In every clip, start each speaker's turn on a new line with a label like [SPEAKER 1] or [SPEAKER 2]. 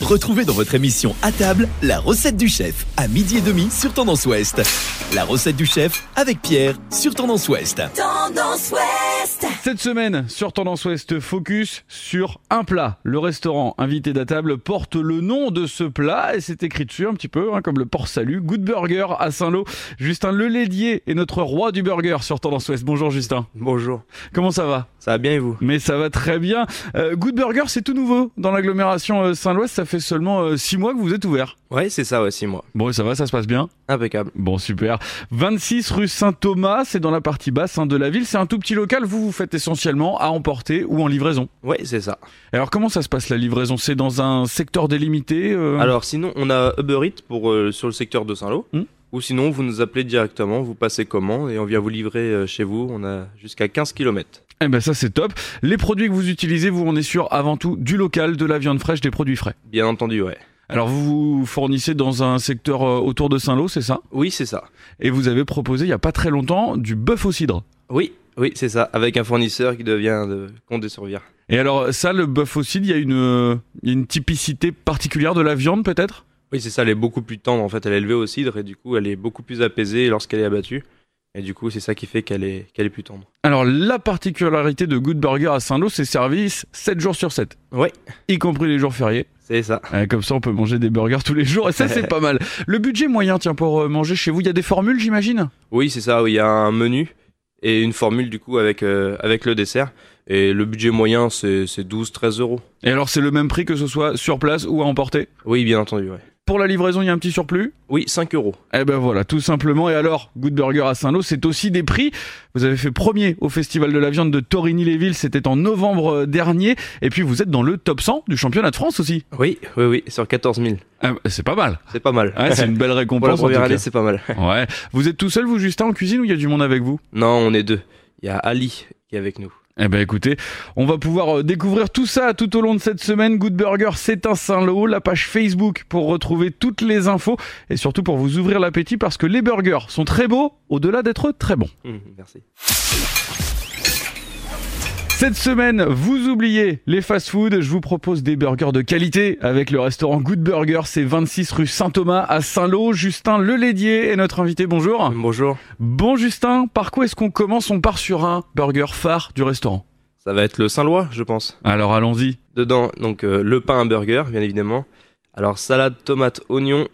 [SPEAKER 1] Retrouvez dans votre émission à table la recette du chef à midi et demi sur Tendance Ouest. La recette du chef avec Pierre sur Tendance Ouest.
[SPEAKER 2] Tendance Ouest
[SPEAKER 3] Cette semaine, sur Tendance Ouest, focus sur un plat. Le restaurant invité d'à table porte le nom de ce plat et c'est écrit dessus un petit peu, hein, comme le port salut. Good Burger à Saint-Lô. Justin Lelédier est notre roi du burger sur Tendance Ouest. Bonjour Justin.
[SPEAKER 4] Bonjour,
[SPEAKER 3] Comment ça va
[SPEAKER 4] ça va bien et vous
[SPEAKER 3] Mais ça va très bien. Euh, Good Burger, c'est tout nouveau dans l'agglomération euh, Saint-Louest. Ça fait seulement 6 mois que vous êtes ouvert.
[SPEAKER 4] Ouais, c'est ça, ouais, 6 mois.
[SPEAKER 3] Bon, ça va, ça se passe bien.
[SPEAKER 4] Impeccable.
[SPEAKER 3] Bon, super. 26 rue Saint-Thomas, c'est dans la partie basse hein, de la ville. C'est un tout petit local. Vous, vous faites essentiellement à emporter ou en livraison.
[SPEAKER 4] Ouais, c'est ça.
[SPEAKER 3] Alors, comment ça se passe la livraison C'est dans un secteur délimité euh,
[SPEAKER 4] Alors, sinon, on a Uber Eats pour, euh, sur le secteur de Saint-Lô.
[SPEAKER 3] Hmm.
[SPEAKER 4] Ou sinon, vous nous appelez directement, vous passez commande et on vient vous livrer euh, chez vous. On a jusqu'à 15 km.
[SPEAKER 3] Eh ben, ça, c'est top. Les produits que vous utilisez, vous, on est sûr avant tout du local, de la viande fraîche, des produits frais.
[SPEAKER 4] Bien entendu, ouais.
[SPEAKER 3] Alors, vous vous fournissez dans un secteur euh, autour de Saint-Lô, c'est ça
[SPEAKER 4] Oui, c'est ça.
[SPEAKER 3] Et vous avez proposé, il n'y a pas très longtemps, du bœuf au cidre.
[SPEAKER 4] Oui, oui, c'est ça. Avec un fournisseur qui devient euh, de Condé sur Vire.
[SPEAKER 3] Et alors, ça, le bœuf au cidre, il y a une, euh, il y a une typicité particulière de la viande, peut-être
[SPEAKER 4] Oui, c'est ça. Elle est beaucoup plus tendre. En fait, elle est élevée au cidre et du coup, elle est beaucoup plus apaisée lorsqu'elle est abattue. Et du coup, c'est ça qui fait qu'elle est, qu'elle est plus tendre.
[SPEAKER 3] Alors, la particularité de Good Burger à Saint-Lô, c'est service 7 jours sur 7.
[SPEAKER 4] Ouais.
[SPEAKER 3] Y compris les jours fériés.
[SPEAKER 4] C'est ça.
[SPEAKER 3] Euh, comme ça, on peut manger des burgers tous les jours. Et ça, c'est pas mal. Le budget moyen, tiens, pour euh, manger chez vous, il y a des formules, j'imagine
[SPEAKER 4] Oui, c'est ça. oui, Il y a un menu et une formule du coup avec, euh, avec le dessert. Et le budget moyen, c'est 12-13 euros.
[SPEAKER 3] Et alors, c'est le même prix que ce soit sur place ou à emporter
[SPEAKER 4] Oui, bien entendu, ouais.
[SPEAKER 3] Pour la livraison, il y a un petit surplus
[SPEAKER 4] Oui, 5 euros.
[SPEAKER 3] Eh ben voilà, tout simplement. Et alors, Good Burger à Saint-Lô, c'est aussi des prix. Vous avez fait premier au Festival de la viande de Torigny-les-Villes, c'était en novembre euh, dernier. Et puis, vous êtes dans le top 100 du championnat de France aussi.
[SPEAKER 4] Oui, oui, oui, sur 14 000.
[SPEAKER 3] Ah, c'est pas mal.
[SPEAKER 4] C'est pas mal.
[SPEAKER 3] Ouais, c'est une belle
[SPEAKER 4] Pour la
[SPEAKER 3] récompense. en tout
[SPEAKER 4] première
[SPEAKER 3] cas.
[SPEAKER 4] année, c'est pas mal.
[SPEAKER 3] Ouais. Vous êtes tout seul, vous, Justin, en cuisine ou il y a du monde avec vous
[SPEAKER 4] Non, on est deux. Il y a Ali qui est avec nous.
[SPEAKER 3] Eh ben écoutez, on va pouvoir euh, découvrir tout ça tout au long de cette semaine. Good Burger, c'est un Saint-Lô. La page Facebook pour retrouver toutes les infos et surtout pour vous ouvrir l'appétit parce que les burgers sont très beaux au-delà d'être très bons.
[SPEAKER 4] Hum, merci.
[SPEAKER 3] Cette semaine, vous oubliez les fast-foods. Je vous propose des burgers de qualité avec le restaurant Good Burger. C'est 26 rue Saint-Thomas à Saint-Lô. Justin Lelédier est notre invité. Bonjour.
[SPEAKER 4] Bonjour.
[SPEAKER 3] Bon Justin, par quoi est-ce qu'on commence On part sur un burger phare du restaurant.
[SPEAKER 4] Ça va être le Saint-Lois, je pense.
[SPEAKER 3] Alors allons-y.
[SPEAKER 4] Dedans, donc euh, le pain à burger, bien évidemment. Alors salade, tomate, oignon,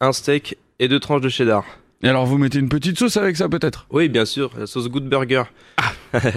[SPEAKER 4] un steak et deux tranches de cheddar.
[SPEAKER 3] Et alors vous mettez une petite sauce avec ça peut-être
[SPEAKER 4] Oui, bien sûr, la sauce good burger.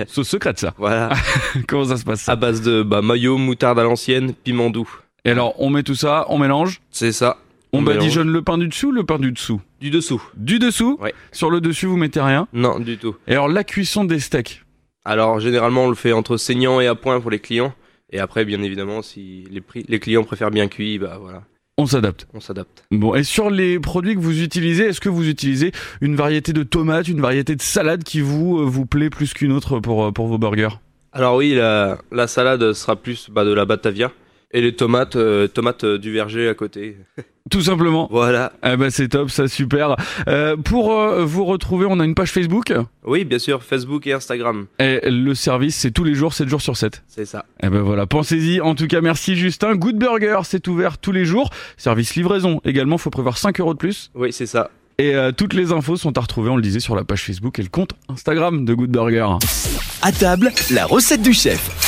[SPEAKER 3] Sauce secrète ça. Ah.
[SPEAKER 4] Voilà,
[SPEAKER 3] Comment ça se passe ça
[SPEAKER 4] à base de bah, mayo, moutarde à l'ancienne, piment doux.
[SPEAKER 3] Et alors on met tout ça, on mélange,
[SPEAKER 4] C'est ça.
[SPEAKER 3] on,
[SPEAKER 4] On mélange.
[SPEAKER 3] badigeonne le pain du dessous, ou le pain du dessous.
[SPEAKER 4] Du dessous
[SPEAKER 3] Du dessous,
[SPEAKER 4] Ouais.
[SPEAKER 3] sur le dessus vous mettez rien.
[SPEAKER 4] Non, du tout.
[SPEAKER 3] Et alors la cuisson des steaks.
[SPEAKER 4] Alors généralement, on le fait entre saignant et à point pour les clients. Et après, bien évidemment, si les, prix, les clients préfèrent bien cuit, bah voilà,
[SPEAKER 3] On s'adapte.
[SPEAKER 4] on s'adapte.
[SPEAKER 3] Bon, et sur les produits que vous utilisez, est-ce que vous utilisez une variété de tomates, une variété de salade qui vous euh, vous plaît plus qu'une autre pour euh, pour vos burgers
[SPEAKER 4] Alors oui, la, la salade sera plus bah, de la Batavia. Et les tomates, euh, tomates euh, du verger à côté.
[SPEAKER 3] Tout simplement.
[SPEAKER 4] Voilà.
[SPEAKER 3] Ah bah c'est top, ça super. Euh, pour euh, vous retrouver, on a une page Facebook
[SPEAKER 4] Oui, bien sûr, Facebook et Instagram.
[SPEAKER 3] et le service c'est tous les jours 7 jours sur 7.
[SPEAKER 4] C'est ça.
[SPEAKER 3] Eh ben voilà, pensez-y. En tout cas, merci Justin. Good Burger, c'est ouvert tous les jours. Service livraison également, faut prévoir 5 euros de plus.
[SPEAKER 4] Oui, c'est ça.
[SPEAKER 3] Et euh, toutes les infos sont à retrouver, on le disait, sur la page Facebook et le compte Instagram de Good Burger.
[SPEAKER 1] À table, la recette du chef.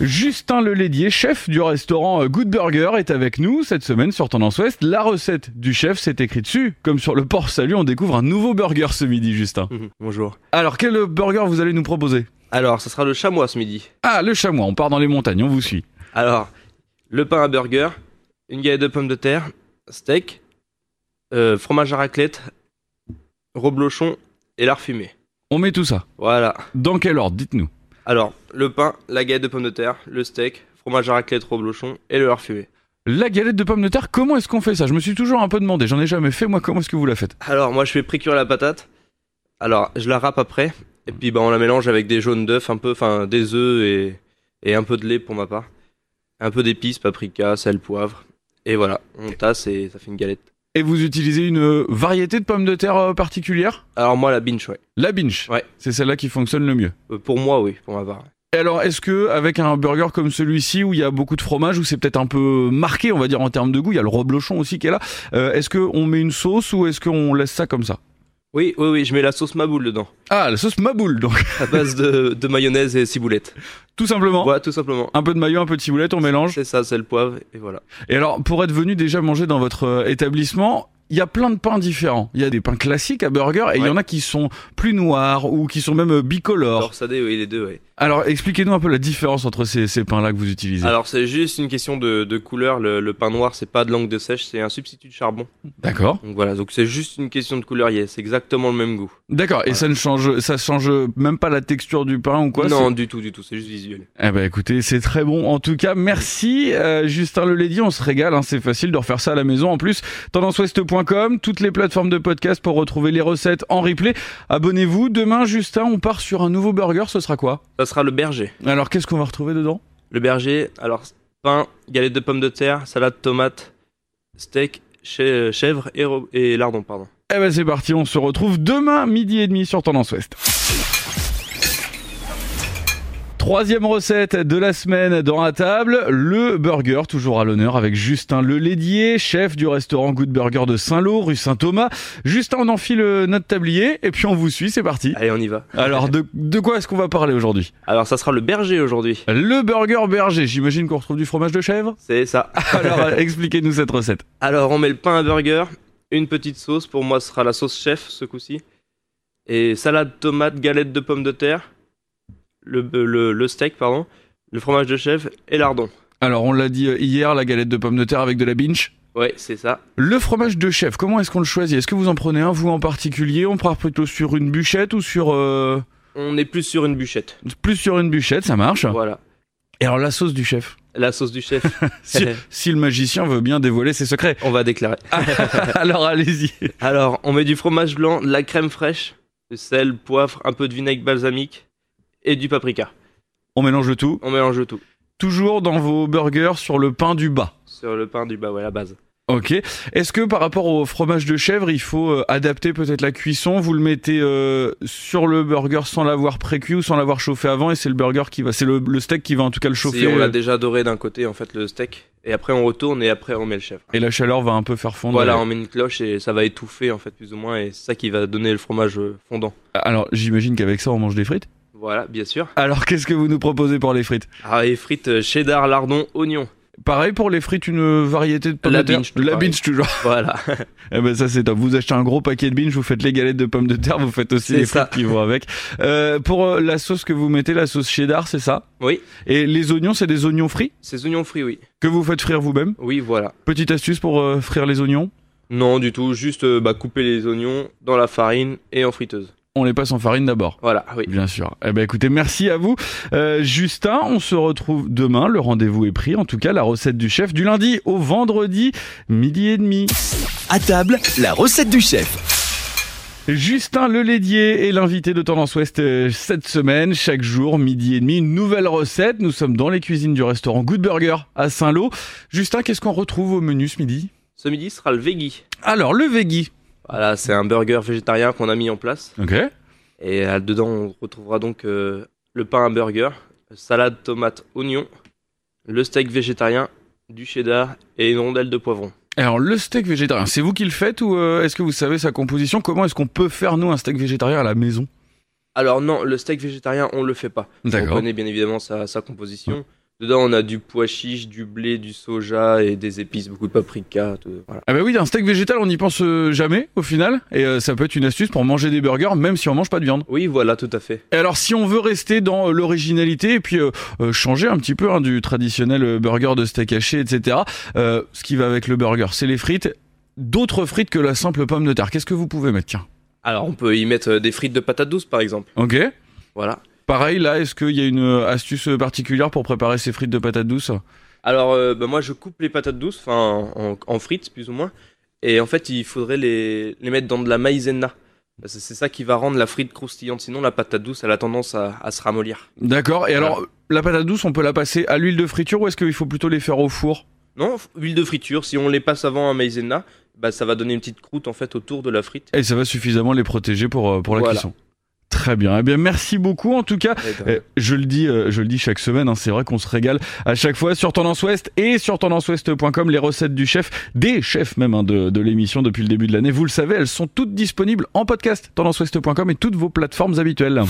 [SPEAKER 3] Justin Lelédier, chef du restaurant euh, Good Burger, est avec nous cette semaine sur Tendance Ouest. La recette du chef, c'est écrit dessus. Comme sur le port salut, on découvre un nouveau burger ce midi, Justin.
[SPEAKER 4] Mhm, Bonjour.
[SPEAKER 3] Alors, quel burger vous allez nous proposer
[SPEAKER 4] Alors, ça sera le chamois ce midi.
[SPEAKER 3] Ah, le chamois, on part dans les montagnes, on vous suit.
[SPEAKER 4] Alors, le pain à burger, une galette de pommes de terre, steak, euh, fromage à raclette, reblochon et lard fumé.
[SPEAKER 3] On met tout ça.
[SPEAKER 4] Voilà.
[SPEAKER 3] Dans quel ordre, dites-nous
[SPEAKER 4] Alors, le pain, la galette de pommes de terre, le steak, fromage à raclette, reblochon et le lard fumé.
[SPEAKER 3] La galette de pommes de terre, comment est-ce qu'on fait ça Je me suis toujours un peu demandé, j'en ai jamais fait, moi, comment est-ce que vous la faites
[SPEAKER 4] Alors, moi, je fais précuire la patate. Alors, je la râpe après. Et puis, bah, on la mélange avec des jaunes d'œufs, un peu, enfin, des œufs et, et un peu de lait pour ma part. Un peu d'épices, paprika, sel, poivre. Et voilà, on tasse et ça fait une galette.
[SPEAKER 3] Et vous utilisez une euh, variété de pommes de terre euh, particulière
[SPEAKER 4] Alors, moi, la binge, ouais.
[SPEAKER 3] La binge.
[SPEAKER 4] Ouais.
[SPEAKER 3] C'est celle-là qui fonctionne le mieux.
[SPEAKER 4] Euh, Pour moi, oui, pour ma part.
[SPEAKER 3] Et alors, est-ce que avec un burger comme celui-ci où il y a beaucoup de fromage, où c'est peut-être un peu marqué, on va dire en termes de goût, il y a le reblochon aussi qui est là. euh, est-ce que on met une sauce ou est-ce qu'on laisse ça comme ça
[SPEAKER 4] Oui, oui, oui, je mets la sauce maboule dedans,
[SPEAKER 3] Ah, la sauce maboule, donc
[SPEAKER 4] à base de, de mayonnaise et ciboulette.
[SPEAKER 3] tout simplement.
[SPEAKER 4] Voilà, tout simplement.
[SPEAKER 3] Un peu de maillot, un peu de ciboulette, on mélange.
[SPEAKER 4] C'est ça, c'est le poivre, et voilà.
[SPEAKER 3] Et alors, pour être venu déjà manger dans votre euh, établissement, il y a plein de pains différents. Il y a des pains classiques à burger et il y
[SPEAKER 4] Ouais.
[SPEAKER 3] en a qui sont plus noirs ou qui sont même euh, bicolores.
[SPEAKER 4] Alors, ça oui, les deux, oui.
[SPEAKER 3] Alors, expliquez-nous un peu la différence entre ces, ces pains-là que vous utilisez.
[SPEAKER 4] Alors, c'est juste une question de, de couleur. Le, le pain noir, c'est pas de langue de sèche, c'est un substitut de charbon.
[SPEAKER 3] D'accord.
[SPEAKER 4] Donc voilà, donc c'est juste une question de couleur, yes, c'est exactement le même goût.
[SPEAKER 3] D'accord. Et
[SPEAKER 4] Voilà.
[SPEAKER 3] ça ne change, ça change même pas la texture du pain ou quoi
[SPEAKER 4] non, du tout, du tout, c'est juste visuel.
[SPEAKER 3] c'est- Eh ben, écoutez, c'est très bon. En tout cas, merci, euh, Justin Lelady. On se régale. hein, c'est facile de refaire ça à la maison. En plus, tendanceouest.com, toutes les plateformes de podcast pour retrouver les recettes en replay. Abonnez-vous. Demain, Justin, on part sur un nouveau burger. Ce sera quoi
[SPEAKER 4] Ça sera le berger.
[SPEAKER 3] Alors, qu'est-ce qu'on va retrouver dedans
[SPEAKER 4] Le berger, alors pain, galette de pommes de terre, salade tomate, steak, chè- chèvre et, ro- et lardon, pardon.
[SPEAKER 3] Eh ben, c'est parti. On se retrouve demain midi et demi sur Tendance Ouest. Troisième recette de la semaine dans la table, le burger, toujours à l'honneur avec Justin Lelédier, chef du restaurant Good Burger de Saint-Lô, rue Saint-Thomas. Justin, on enfile euh, notre tablier et puis on vous suit, c'est parti.
[SPEAKER 4] Allez, on y va.
[SPEAKER 3] Alors, de, de quoi est-ce qu'on va parler aujourd'hui
[SPEAKER 4] Alors, ça sera le berger aujourd'hui.
[SPEAKER 3] Le burger berger, j'imagine qu'on retrouve du fromage de chèvre
[SPEAKER 4] C'est ça.
[SPEAKER 3] Alors, euh, expliquez-nous cette recette.
[SPEAKER 4] Alors, on met le pain à burger, une petite sauce, pour moi, ce sera la sauce chef ce coup-ci. Et salade tomate, galette de pommes de terre, le, le, le steak, pardon, le fromage de chèvre et lardon.
[SPEAKER 3] Alors, on l'a dit euh, hier, la galette de pommes de terre avec de la binge.
[SPEAKER 4] Ouais, c'est ça.
[SPEAKER 3] Le fromage de chef, comment est-ce qu'on le choisit Est-ce que vous en prenez un, vous en particulier On part plutôt sur une bûchette ou sur... euh,
[SPEAKER 4] On est plus sur une bûchette.
[SPEAKER 3] Plus sur une bûchette, ça marche.
[SPEAKER 4] Voilà.
[SPEAKER 3] Et alors la sauce du chef
[SPEAKER 4] La sauce du chef,
[SPEAKER 3] si, si le magicien veut bien dévoiler ses secrets.
[SPEAKER 4] on va déclarer.
[SPEAKER 3] alors allez-y.
[SPEAKER 4] Alors, on met du fromage blanc, de la crème fraîche, du sel, poivre, un peu de vinaigre balsamique et du paprika.
[SPEAKER 3] On mélange le tout.
[SPEAKER 4] On mélange le tout
[SPEAKER 3] Toujours dans vos burgers sur le pain du bas.
[SPEAKER 4] sur le pain du bas, ouais, la base.
[SPEAKER 3] Ok. Est-ce que par rapport au fromage de chèvre, il faut euh, adapter peut-être la cuisson Vous le mettez euh, sur le burger sans l'avoir précuit ou sans l'avoir chauffé avant et c'est le burger qui va, c'est le, le steak qui va en tout cas le chauffer.
[SPEAKER 4] Si on
[SPEAKER 3] euh,
[SPEAKER 4] l'a déjà doré d'un côté, en fait, le steak, et après on retourne et après on met le chèvre.
[SPEAKER 3] et la chaleur va un peu faire fondre.
[SPEAKER 4] Voilà, on met une cloche et ça va étouffer, en fait, plus ou moins, et c'est ça qui va donner le fromage euh, fondant.
[SPEAKER 3] Alors, j'imagine qu'avec ça, on mange des frites.
[SPEAKER 4] Voilà, bien sûr.
[SPEAKER 3] Alors, qu'est-ce que vous nous proposez pour les frites
[SPEAKER 4] Ah, et frites euh, cheddar, lardon, oignon.
[SPEAKER 3] Pareil pour les frites, une variété de pommes
[SPEAKER 4] La
[SPEAKER 3] de terre.
[SPEAKER 4] binge, tout
[SPEAKER 3] la
[SPEAKER 4] pareil.
[SPEAKER 3] binge toujours.
[SPEAKER 4] Voilà.
[SPEAKER 3] eh ben ça c'est top. Vous achetez un gros paquet de binge, vous faites les galettes de pommes de terre, vous faites aussi
[SPEAKER 4] C'est
[SPEAKER 3] les
[SPEAKER 4] ça.
[SPEAKER 3] frites qui vont avec. Euh, pour euh, la sauce que vous mettez, la sauce cheddar, c'est ça
[SPEAKER 4] Oui.
[SPEAKER 3] Et les oignons, c'est des oignons frits
[SPEAKER 4] Ces oignons frits, oui.
[SPEAKER 3] que vous faites frire vous-même.
[SPEAKER 4] Oui, voilà.
[SPEAKER 3] Petite astuce pour euh, frire les oignons.
[SPEAKER 4] Non, du tout, juste euh, bah, couper les oignons dans la farine et en friteuse.
[SPEAKER 3] On les passe en farine d'abord.
[SPEAKER 4] Voilà, oui.
[SPEAKER 3] Bien sûr. Eh ben écoutez, merci à vous. Euh, Justin, on se retrouve demain. Le rendez-vous est pris. En tout cas, la recette du chef du lundi au vendredi, midi et demi.
[SPEAKER 1] À table, la recette du chef.
[SPEAKER 3] Justin Lelédier est l'invité de Tendance Ouest euh, cette semaine. Chaque jour, midi et demi, une nouvelle recette. Nous sommes dans les cuisines du restaurant Good Burger à Saint-Lô. Justin, qu'est-ce qu'on retrouve au menu ce midi
[SPEAKER 4] Ce midi sera le veggie.
[SPEAKER 3] Alors, le veggie.
[SPEAKER 4] Voilà, c'est un burger végétarien qu'on a mis en place.
[SPEAKER 3] Ok.
[SPEAKER 4] Et euh, dedans, on retrouvera donc euh, le pain à burger, salade, tomate, oignon, le steak végétarien, du cheddar et une rondelle de poivron.
[SPEAKER 3] Alors, le steak végétarien, c'est vous qui le faites ou euh, est-ce que vous savez sa composition Comment est-ce qu'on peut faire, nous, un steak végétarien à la maison
[SPEAKER 4] Alors non, le steak végétarien, on le fait pas. On connaît bien évidemment sa, sa composition. Dedans, on a du pois chiche, du blé, du soja et des épices, beaucoup de paprika. tout- voilà.
[SPEAKER 3] Ah bah oui, un steak végétal, on n'y pense euh, jamais au final, et euh, ça peut être une astuce pour manger des burgers même si on mange pas de viande.
[SPEAKER 4] Oui, voilà, tout à fait.
[SPEAKER 3] Et alors si on veut rester dans euh, l'originalité et puis euh, euh, changer un petit peu hein, du traditionnel euh, burger de steak haché, etc. euh, ce qui va avec le burger, c'est les frites, d'autres frites que la simple pomme de terre. Qu'est-ce que vous pouvez mettre Tiens.
[SPEAKER 4] Alors on peut y mettre euh, des frites de patates douces par exemple.
[SPEAKER 3] Ok.
[SPEAKER 4] Voilà.
[SPEAKER 3] Pareil là, est-ce qu'il y a une euh, astuce particulière pour préparer ces frites de patates douces
[SPEAKER 4] Alors euh, bah, moi je coupe les patates douces, enfin en, en frites plus ou moins. Et en fait il faudrait les, les mettre dans de la maïzena. Parce que C'est ça qui va rendre la frite croustillante. Sinon la patate douce elle a tendance à, à se ramollir.
[SPEAKER 3] D'accord. Et alors la patate douce, on peut la passer à l'huile de friture ou est-ce qu'il faut plutôt les faire au four
[SPEAKER 4] Non, f- huile de friture, si on les passe avant à maïzena, bah, ça va donner une petite croûte en fait autour de la frite.
[SPEAKER 3] Et ça va suffisamment les protéger pour, euh, pour la
[SPEAKER 4] Voilà.
[SPEAKER 3] cuisson. Très bien. Eh bien, merci beaucoup. En tout cas,
[SPEAKER 4] Et de rien.
[SPEAKER 3] euh, je le dis, euh, je le dis chaque semaine. hein, c'est vrai qu'on se régale à chaque fois sur Tendance Ouest et sur tendanceouest.com. Les recettes du chef, des chefs même hein, de, de l'émission depuis le début de l'année. Vous le savez, elles sont toutes disponibles en podcast tendanceouest.com et toutes vos plateformes habituelles.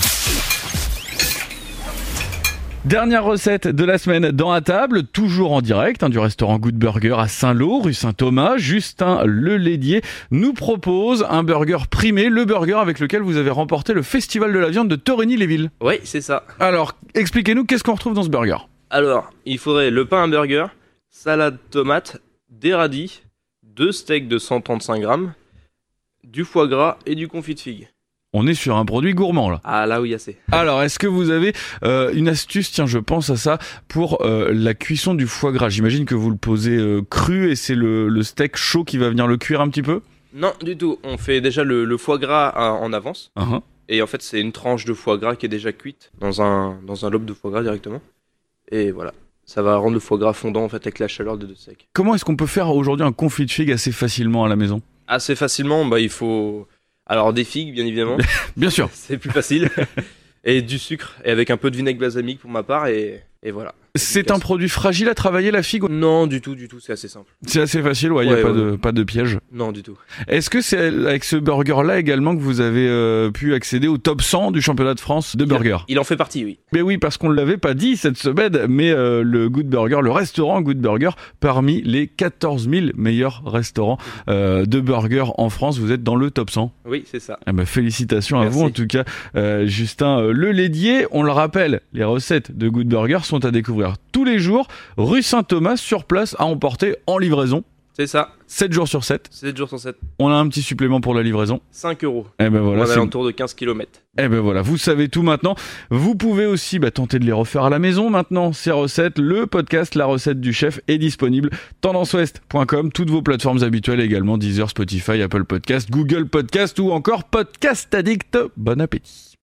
[SPEAKER 3] Dernière recette de la semaine dans à table, toujours en direct hein, du restaurant Good Burger à Saint-Lô, rue Saint-Thomas. Justin Le Lédier nous propose un burger primé, le burger avec lequel vous avez remporté le Festival de la viande de Torigny-les-Villes.
[SPEAKER 4] Ouais, c'est ça.
[SPEAKER 3] Alors, expliquez-nous qu'est-ce qu'on retrouve dans ce burger.
[SPEAKER 4] Alors, il faudrait le pain hamburger, salade tomate, des radis, deux steaks de 135 grammes, du foie gras et du confit de figue.
[SPEAKER 3] On est sur un produit gourmand là.
[SPEAKER 4] Ah là oui, assez.
[SPEAKER 3] Alors, est-ce que vous avez euh, une astuce, tiens, je pense à ça, pour euh, la cuisson du foie gras J'imagine que vous le posez euh, cru et c'est le, le steak chaud qui va venir le cuire un petit peu
[SPEAKER 4] Non, du tout. On fait déjà le, le foie gras à- en avance.
[SPEAKER 3] Ah, hein.
[SPEAKER 4] Et en fait, c'est une tranche de foie gras qui est déjà cuite dans un, dans un lobe de foie gras directement. Et voilà. Ça va rendre le foie gras fondant en fait avec la chaleur des deux steaks.
[SPEAKER 3] Comment est-ce qu'on peut faire aujourd'hui un confit de figues assez facilement à la maison
[SPEAKER 4] Assez facilement, bah il faut. Alors des figues, bien évidemment.
[SPEAKER 3] Bien sûr.
[SPEAKER 4] c'est plus facile. et du sucre. Et avec un peu de vinaigre balsamique pour ma part. Et, et voilà.
[SPEAKER 3] C'est un produit fragile à travailler la figue.
[SPEAKER 4] Non, du tout, du tout. C'est assez simple.
[SPEAKER 3] C'est assez facile, ouais, il n'y a
[SPEAKER 4] Ouais,
[SPEAKER 3] pas,
[SPEAKER 4] ouais.
[SPEAKER 3] De, pas de piège.
[SPEAKER 4] Non, du tout.
[SPEAKER 3] Est-ce que c'est avec ce burger-là également que vous avez euh, pu accéder au top 100 du championnat de France de burger
[SPEAKER 4] Il en fait partie, oui.
[SPEAKER 3] Mais oui, parce qu'on ne l'avait pas dit cette semaine, mais euh, le Good Burger, le restaurant Good Burger, parmi les 14 000 meilleurs restaurants euh, de burgers en France, vous êtes dans le top 100.
[SPEAKER 4] Oui, c'est ça.
[SPEAKER 3] Eh ben, félicitations à
[SPEAKER 4] Merci.
[SPEAKER 3] vous en tout cas, euh, Justin euh, Le Lédier. On le rappelle, les recettes de Good Burger sont à découvrir tous les jours. Rue Saint-Thomas, sur place, à emporter en livraison,
[SPEAKER 4] C'est ça.
[SPEAKER 3] 7 jours sur 7.
[SPEAKER 4] 7 jours sur 7.
[SPEAKER 3] On a un petit supplément pour la livraison.
[SPEAKER 4] 5 euros.
[SPEAKER 3] Eh ben voilà,
[SPEAKER 4] on a
[SPEAKER 3] c'est-
[SPEAKER 4] l'entour de 15 km.
[SPEAKER 3] eh ben voilà, vous savez tout maintenant. Vous pouvez aussi bah, tenter de les refaire à la maison maintenant, ces recettes. Le podcast La recette du chef est disponible. TendanceOuest.com, toutes vos plateformes habituelles également, Deezer, Spotify, Apple Podcast, Google Podcast ou encore Podcast Addict. Bon appétit.